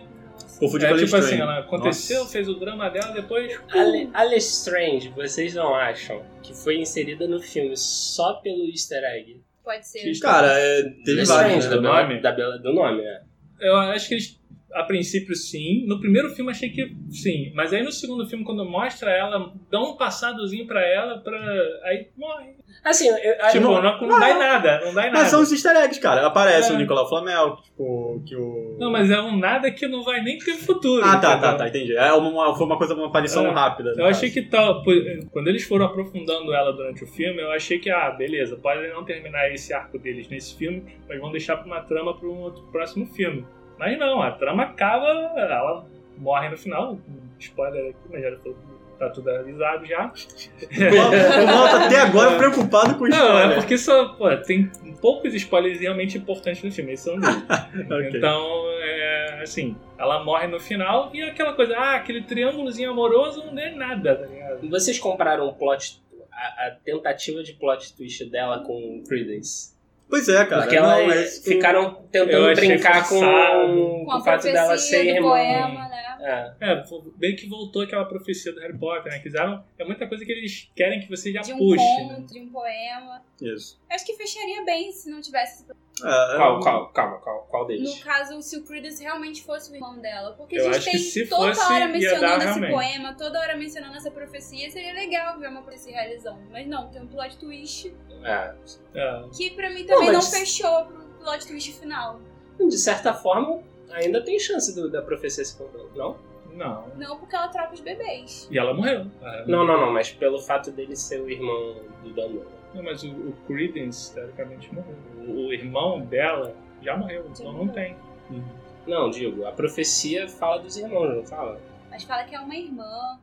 Confundi
é,
com a Lane
tipo assim,
Strange.
ela aconteceu,
Nossa.
fez o drama dela, depois.
Ale- Alice Strange, vocês não acham que foi inserida no filme só pelo Easter egg?
Pode ser.
Que-
Cara, é, teve
Alice
vários.
Strange,
né?
do
Do nome?
nome? Da Bela do nome, né?
Eu acho que eles, a princípio sim. No primeiro filme achei que sim, mas aí no segundo filme quando mostra ela, dá um passadozinho pra ela para aí morre.
Assim, eu, a-
tipo,
não-
não, não, dá em nada, não dá em nada.
Ah. Mas são os easter eggs, cara. Aparece
né? É.
o Nicolau Flamel, tipo, que o.
Não, mas é um nada que não vai nem ter futuro.
Ah, tá,
entendeu?
tá, tá, entendi. É uma, uma- foi uma coisa, uma aparição
É.
rápida. né, no
Eu achei
caso.
que tal. pô, Quando eles foram aprofundando ela durante o filme, eu achei que, ah, beleza, podem não terminar esse arco deles nesse filme, mas vão deixar pra uma trama pra um outro próximo filme. Mas não, a trama acaba, ela morre no final. um Spoiler aqui, mas já tô- tá tudo avisado já.
O Mal tá até
(laughs)
agora preocupado com isso.
É.
né?
Não, é porque só, pô, tem poucos spoilers realmente importantes no filme, esse é um deles. Então, é, assim, ela morre no final e aquela coisa, ah, aquele triângulozinho amoroso não é nada, tá ligado?
vocês compraram o plot, a, a tentativa de plot twist dela com o Credence?
Pois é, cara.
Porque
não, é
elas
isso que-
ficaram
Eu
tentando
achei
brincar com,
forçado.
Com
com
a
o fato dela ser
profecia do
irmã.
poema, né?
É.
É, fo- meio que voltou aquela profecia do Harry Potter, né? Quiseram. É muita coisa que eles querem que você já
De um
puxe.
conto,
né?
de um poema.
Isso.
Acho que fecharia bem se não tivesse.
É,
Qual, qual, calma, qual, qual
No
deles?
caso, se o Creedence realmente fosse o irmão dela. Porque
Eu
a
acho que
gente
se
tem toda
fosse, ia
hora
dar
mencionando esse
realmente.
poema, toda hora mencionando essa profecia. Seria legal ver uma profecia realizando. Mas não, tem um plot twist
É.
É.
que pra mim também não,
mas-
fechou pro plot twist final.
de certa forma, ainda tem chance do- da profecia se cumprir, não?
Não.
Não porque ela troca os bebês.
E ela morreu. Ah,
Não, não, não, mas pelo fato dele ser o irmão do Dumbledore.
não, Mas o, o Credence, teoricamente, morreu. O, o irmão dela já morreu,
Já
então não
morreu.
tem. Hum.
Não, digo, a profecia fala dos irmãos, não fala?
Mas fala que é uma irmã.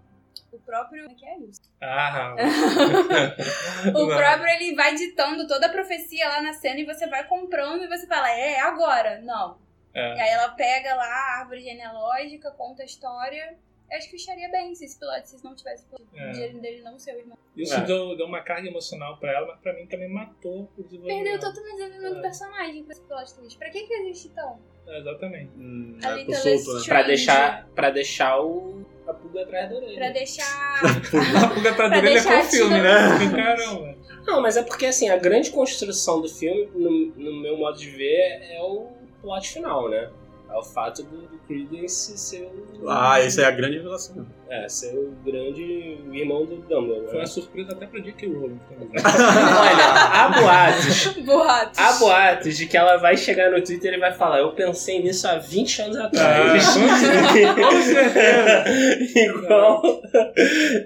O próprio. Como é que é isso? (laughs)
Ah,
O
(laughs)
Não.
próprio ele vai ditando toda a profecia lá na cena e você vai comprando e você fala, é, é agora. Não.
É.
E aí ela pega lá a árvore genealógica, conta a história. Eu acho que fecharia bem se esse piloto, se isso não tivesse
É.
o dinheiro dele não ser o irmão.
Isso
É.
deu, deu uma carga emocional pra ela, mas pra mim também matou o desenvolvimento.
Perdeu todo o desenvolvimento
É.
do personagem com esse plot twist. Pra que que existe então?
É, Exatamente.
Hum,
A
é, tô
Little
solto, né?
Strange.
Pra deixar, pra deixar o, a pulga atrás da orelha.
Pra deixar.
(laughs)
A pulga pra dele é
deixar
com o filme,
tirando-
né? (laughs) Caramba.
Não, mas é porque assim, a grande construção do filme, no, no meu modo de ver, é o plot final, né? É o fato do, do Credence ser o.
Ah, essa é a grande
(laughs)
revelação.
É, ser o grande irmão do Dumbledore.
Foi
né?
uma surpresa até pra J.K. Rowling. também.
Olha, há boatos.
Boatos.
Há boatos de que ela vai chegar no Twitter e vai falar: Eu pensei nisso há 20 anos atrás. (laughs) Igual.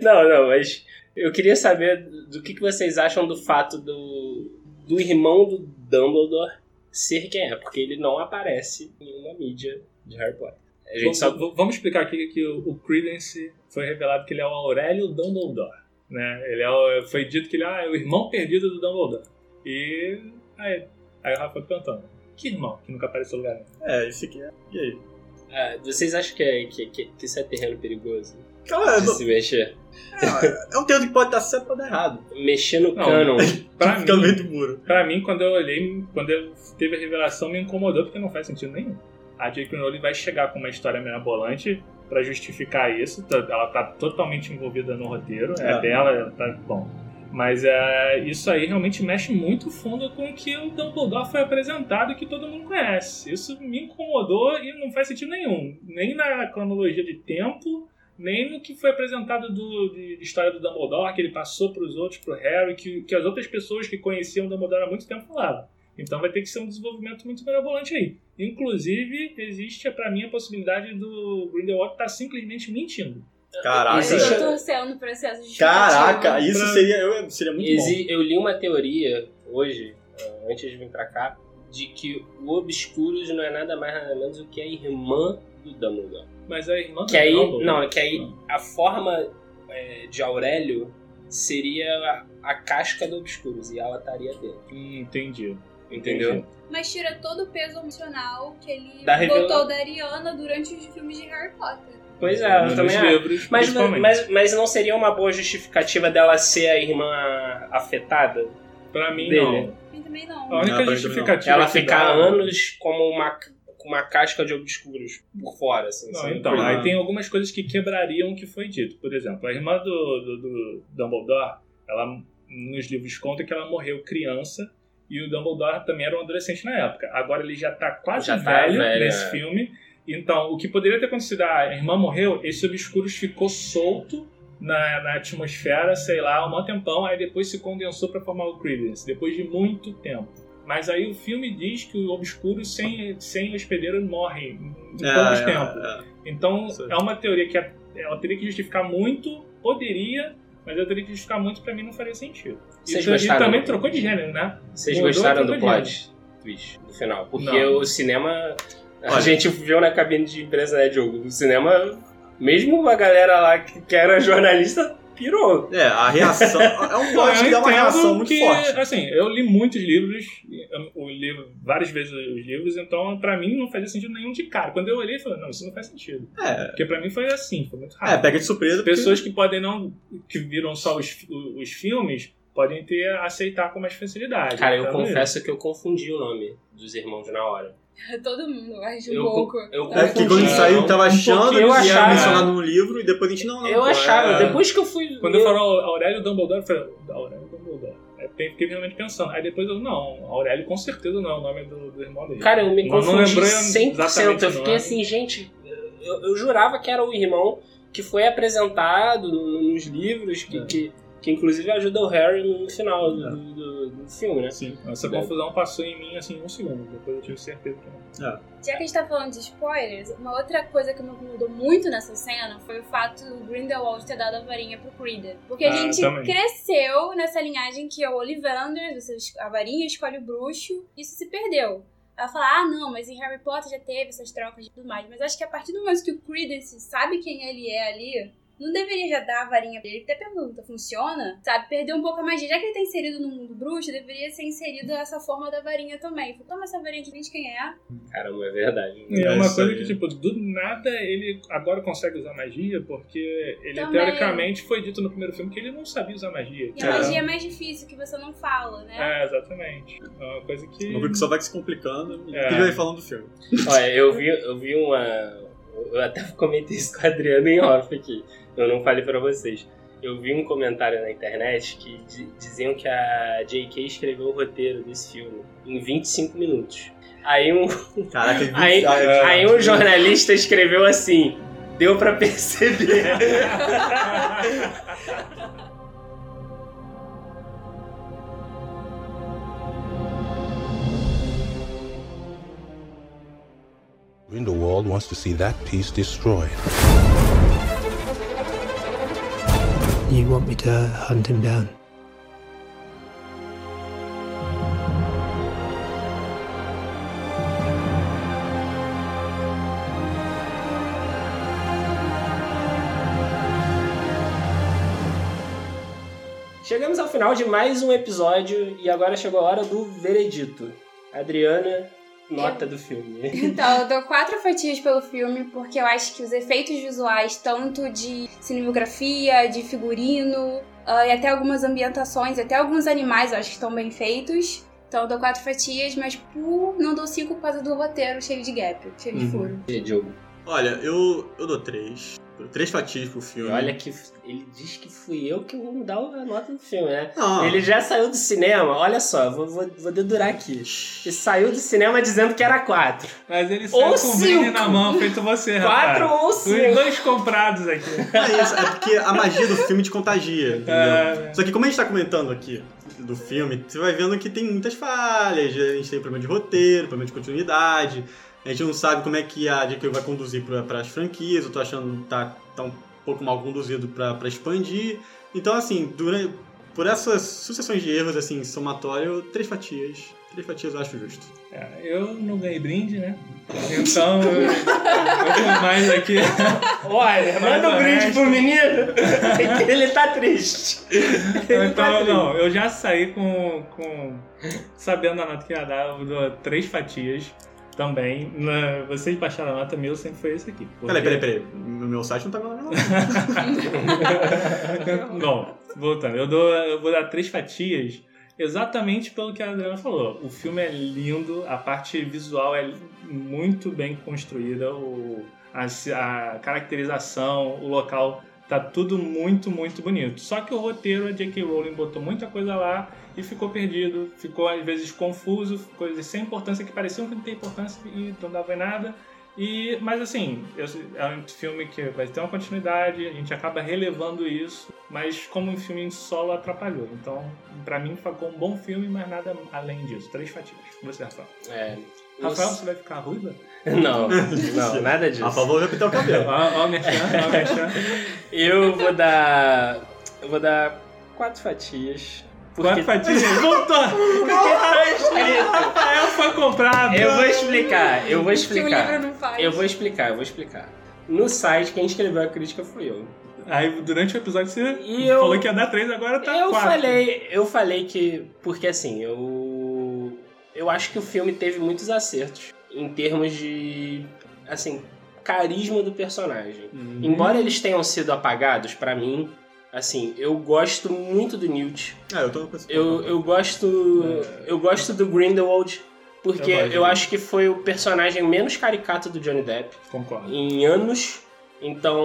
Não, não, mas eu queria saber do que, que vocês acham do fato do, do irmão do Dumbledore ser quem é, porque ele não aparece em nenhuma mídia de Harry Potter. A gente
Vamos-
só.
v- Vamos explicar aqui que o o Credence foi revelado que ele é o Aurélio Dumbledore. Né? Ele é o- foi dito que ele ah, é o irmão perdido do Dumbledore. E aí, aí o Rafa foi perguntando, que irmão que nunca apareceu em lugar nenhum?
É, isso aqui é. E aí?
Ah, vocês acham que, é- que, que, que isso é terreno perigoso
Cara, é,
de se mexer?
é um termo que pode dar certo ou dar errado.
Mexer no
Não.
canon.
Pra
Fica no meio
mim,
do muro.
pra mim, quando eu olhei, quando eu teve a revelação, me incomodou porque não faz sentido nenhum. A J.K. Rowling vai chegar com uma história mirabolante pra justificar isso. tá- Ela tá totalmente envolvida no roteiro, é,
É.
dela, ela tá bom. Mas é, isso aí realmente mexe muito fundo com o que o Dumbledore foi apresentado e que todo mundo conhece. Isso me incomodou e não faz sentido nenhum. Nem na cronologia de tempo, nem no que foi apresentado do, de, de história do Dumbledore, que ele passou pros outros, pro Harry, que, que as outras pessoas que conheciam o Dumbledore há muito tempo falavam. Então vai ter que ser um desenvolvimento muito mirabolante aí. Inclusive, existe pra mim a possibilidade do Grindelwald estar simplesmente mentindo.
Caraca.
é
Existe-
Eu tô torcendo o processo de
Caraca, isso
Pra-
seria, eu- seria muito bom.
Exi- eu li uma teoria hoje, eh, antes de vir pra cá, de que o Obscuros não é nada mais nada menos do que a irmã do Dumbledore.
Mas a irmã
Que aí,
Dumbledore-
não, que aí a forma é, de Aurélio seria a, a casca do Obscuros e ela estaria dentro,
Hum, entendi.
entendeu?
Mas tira todo o peso emocional que ele
Da revela-
botou da Ariana durante os filmes de Harry Potter.
Pois é, eu
Nos
também acho.
livros,
Mas,
principalmente.
mas, mas não seria uma boa justificativa dela ser a irmã afetada?
pra mim,
dele.
não.
Pra mim também não.
A única
pra mim também
justificativa.
Ela
que
ficar
dá-
anos como uma, com uma casca de obscuros por fora, assim.
Não,
sabe?
então,
Pois
aí
não.
tem algumas coisas que quebrariam o que foi dito. Por exemplo, a irmã do, do- do Dumbledore, ela nos livros conta que ela morreu criança e o Dumbledore também era um adolescente na época. Agora ele já tá quase
Já tá
velho,
velho,
nesse
é.
filme. Então, o que poderia ter acontecido, ah, a irmã morreu, esse Obscuros ficou solto na, na atmosfera, sei lá, um maior tempão, aí depois se condensou pra formar o Credence, depois de muito tempo. Mas aí o filme diz que o Obscuro sem, sem hospedeiro morre em
É,
poucos
é,
tempos.
é.
Então,
Sim.
é uma teoria que ela teria que justificar muito, poderia, mas ela teria que justificar muito, pra mim não faria sentido.
Vocês
e, tam- e
gostaram?
também trocou de gênero, né?
Vocês
Mudou
gostaram
tudo
do plot twist no final? Porque
Não.
o cinema. A
Olha.
gente viu na cabine de imprensa, né, Diogo? O cinema, mesmo a galera lá que, que era jornalista, pirou.
É, a reação. É
(laughs)
um plot que dá uma
entendo
reação muito
que,
forte.
Assim, eu li muitos livros, eu eu li várias vezes os livros, então pra mim não fazia sentido nenhum de cara. Quando eu olhei, eu falei, não, isso não faz sentido.
É,
Porque pra mim foi assim, foi muito
é,
rápido.
pega de surpresa. porque-
Pessoas que podem não. que viram só os, fi- os filmes podem ter aceitar com mais facilidade.
Cara, eu
Então,
confesso que eu confundi o nome dos irmãos na hora.
(laughs) Todo mundo acho
Eu
um
co-
pouco.
eu
É, porque quando a gente
Não,
saiu, tava
um
achando que
pouquinho eu
ia
achava.
mencionado no livro e depois a gente não. não
Eu
pô,
achava,
é.
depois que eu fui.
Quando eu falo Aurélio Dumbledore, eu falei, Aurélio Dumbledore. É, tem- fiquei realmente pensando. Aí depois eu, não, Aurélio com certeza não é o nome do, do irmão dele.
Cara, eu me
Não- não
confundi
lembrei
100%.
exatamente
Eu
o
fiquei
nome.
assim, gente, eu, eu jurava que era o irmão que foi apresentado no- nos livros, que,
É.
que, Que inclusive ajuda o Harry no final do, do- do filme, né?
Sim, Assim,
é.
essa confusão passou em mim assim um segundo, depois eu tive certeza que não.
Já que a gente tá falando de spoilers, uma outra coisa que me incomodou muito nessa cena foi o fato do Grindelwald ter dado a varinha pro Creeder. Porque a
Ah,
gente
também.
cresceu nessa linhagem que é o Ollivander, você es- a varinha escolhe o bruxo, isso se perdeu. Ela fala, ah não, mas em Harry Potter já teve essas trocas e tudo mais. Mas acho que a partir do momento que o Credence sabe quem ele é ali, não deveria já dar a varinha pra ele. Até pergunta, funciona? Sabe, perdeu um pouco a magia. Já que ele tá inserido no mundo bruxo, deveria ser inserido essa forma da varinha também. Fala, Toma essa varinha aqui, vende quem é.
Caramba, é verdade.
E é
É,
uma
isso
coisa
aí.
que, tipo, do nada ele agora consegue usar magia, porque ele
Também.
teoricamente foi dito no primeiro filme que ele não sabia usar magia.
E a
É.
magia é mais difícil, que você não fala, né?
É, exatamente. É uma coisa que. (laughs)
Uma coisa que só vai se complicando e
É.
ele vai falando do filme.
Olha, eu vi, eu vi uma. Eu até comentei isso com a Adriana em off aqui. Eu não falei pra vocês. Eu vi um comentário na internet que di- diziam que a J.K. escreveu o roteiro desse filme em 25 minutos. Aí um,
Caraca, ele
aí, aí um jornalista escreveu assim: deu pra perceber.
Grindelwald wants to see that piece destroyed.
You want me to hunt him down?
Chegamos ao final de mais um episódio e agora chegou a hora do veredito. Adriana, nota do filme.
Então, eu dou quatro fatias pelo filme, porque eu acho que os efeitos visuais, tanto de cinematografia, de figurino, ah, e até algumas ambientações, até alguns animais, eu acho que estão bem feitos. Então, eu dou quatro fatias, mas por... não dou cinco por causa do roteiro cheio de gap, cheio de
Uhum.
furo.
Diogo.
Olha, eu, eu dou três. Dou Três fatias pro filme.
Olha que f- ele diz que fui eu que vou mudar a nota do filme, né?
Não.
Ah.
Ele já saiu do cinema, olha só, vou, vou, vou dedurar aqui. Ele saiu do cinema dizendo que era 4.
Mas ele saiu
Ou
com o
cinco.
Vini na mão, feito você, (laughs) rapaz.
4 ou um
Os
5?
dois comprados aqui.
É isso, é porque a magia do filme te contagia, entendeu?
É.
Só que como a gente tá comentando aqui do filme, você vai vendo que tem muitas falhas, a gente tem problema de roteiro, problema de continuidade, a gente não sabe como é que a JK vai conduzir para as franquias, eu tô achando que tá, tá um pouco mal conduzido para expandir. Então, assim, durante, por essas sucessões de erros, assim, somatório, três fatias. Três fatias eu acho justo.
É, Eu não ganhei brinde, né? Então, eu, eu tô mais aqui.
(laughs) Olha, manda um brinde pro menino. (laughs) ele tá
(laughs)
triste. Ele tá
Então,
triste.
não, eu já saí com, com. Sabendo a nota que ia dar, eu dou três fatias também. Na- vocês baixaram a nota, meu sempre foi esse aqui. porque-
Peraí, peraí, peraí. No meu site não tá valendo nada.
(laughs) Bom, voltando, eu, dou, eu vou dar três fatias exatamente pelo que a Adriana falou. O filme é lindo, a parte visual é muito bem construída, o, a, ci- a caracterização, o local, tá tudo muito, muito bonito. Só que o roteiro, a J.K. Rowling botou muita coisa lá e ficou perdido, ficou às vezes confuso, coisas sem importância que pareciam que não tem importância e não dava em nada. E, mas assim, eu- é um filme que vai ter uma continuidade, a gente acaba relevando isso, mas como um filme em solo atrapalhou. Então, pra mim, ficou um bom filme, mas nada além disso. Três fatias. Com Você, Rafael.
É,
Rafael, você vai ficar ruiva?
(laughs) Não, não, nada disso.
A favor vai pintar o cabelo.
É, Ó, ó, minha chance, ó, minha (laughs) chance.
Eu vou dar. Eu vou dar quatro fatias.
Quatro fatias. Voltou!
Porque tá escrito.
Rafael foi comprado!
Eu vou explicar, eu vou
Que o livro é
explicar.
não faz.
Eu vou explicar, eu vou explicar. No site, quem escreveu a crítica fui eu.
Aí, durante o episódio, você
E eu-
falou que ia dar três, agora tá
eu
quatro.
falei, eu falei que porque assim, eu eu acho que o filme teve muitos acertos em termos de assim, carisma do personagem.
Hum, Uhum.
Embora eles tenham sido apagados pra mim, assim, eu gosto muito do Newt.
Ah, eu tô com esse
Eu, eu gosto eu gosto do Grindelwald porque
Uhum. Eu
eu,
gosto dele.
acho que foi o personagem menos caricato do Johnny Depp
Concordo.
em anos. Então,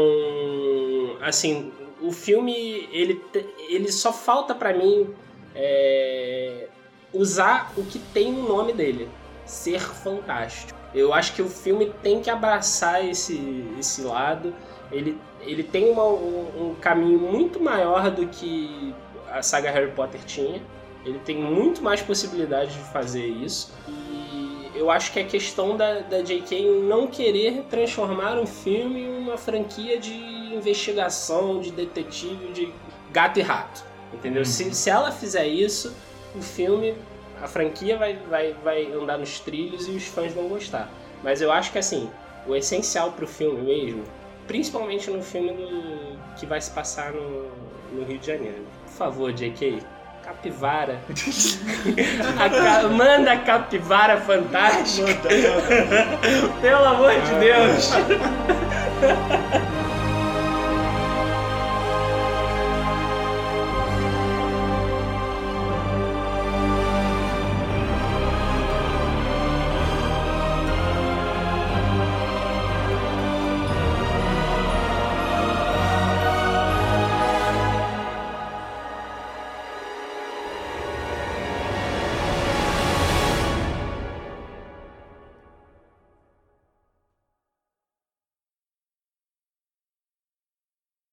assim, o filme ele, te- ele só falta pra mim é, usar o que tem no nome dele, ser fantástico. Eu acho que o filme tem que abraçar esse, esse lado. Ele, ele tem uma- um, um caminho muito maior do que a saga Harry Potter tinha. Ele tem muito mais possibilidades de fazer isso. E eu acho que a questão da, da J.K. não querer transformar um filme em uma franquia de investigação, de detetive, de gato e rato. Entendeu? Se, se ela fizer isso, o filme, a franquia vai, vai, vai andar nos trilhos e os fãs vão gostar. Mas eu acho que assim, o essencial pro filme mesmo, principalmente no filme do- que vai se passar no, no Rio de Janeiro. Por favor, J.K., capivara. (laughs) A ca- Manda a capivara fantástica. Pelo amor de Deus.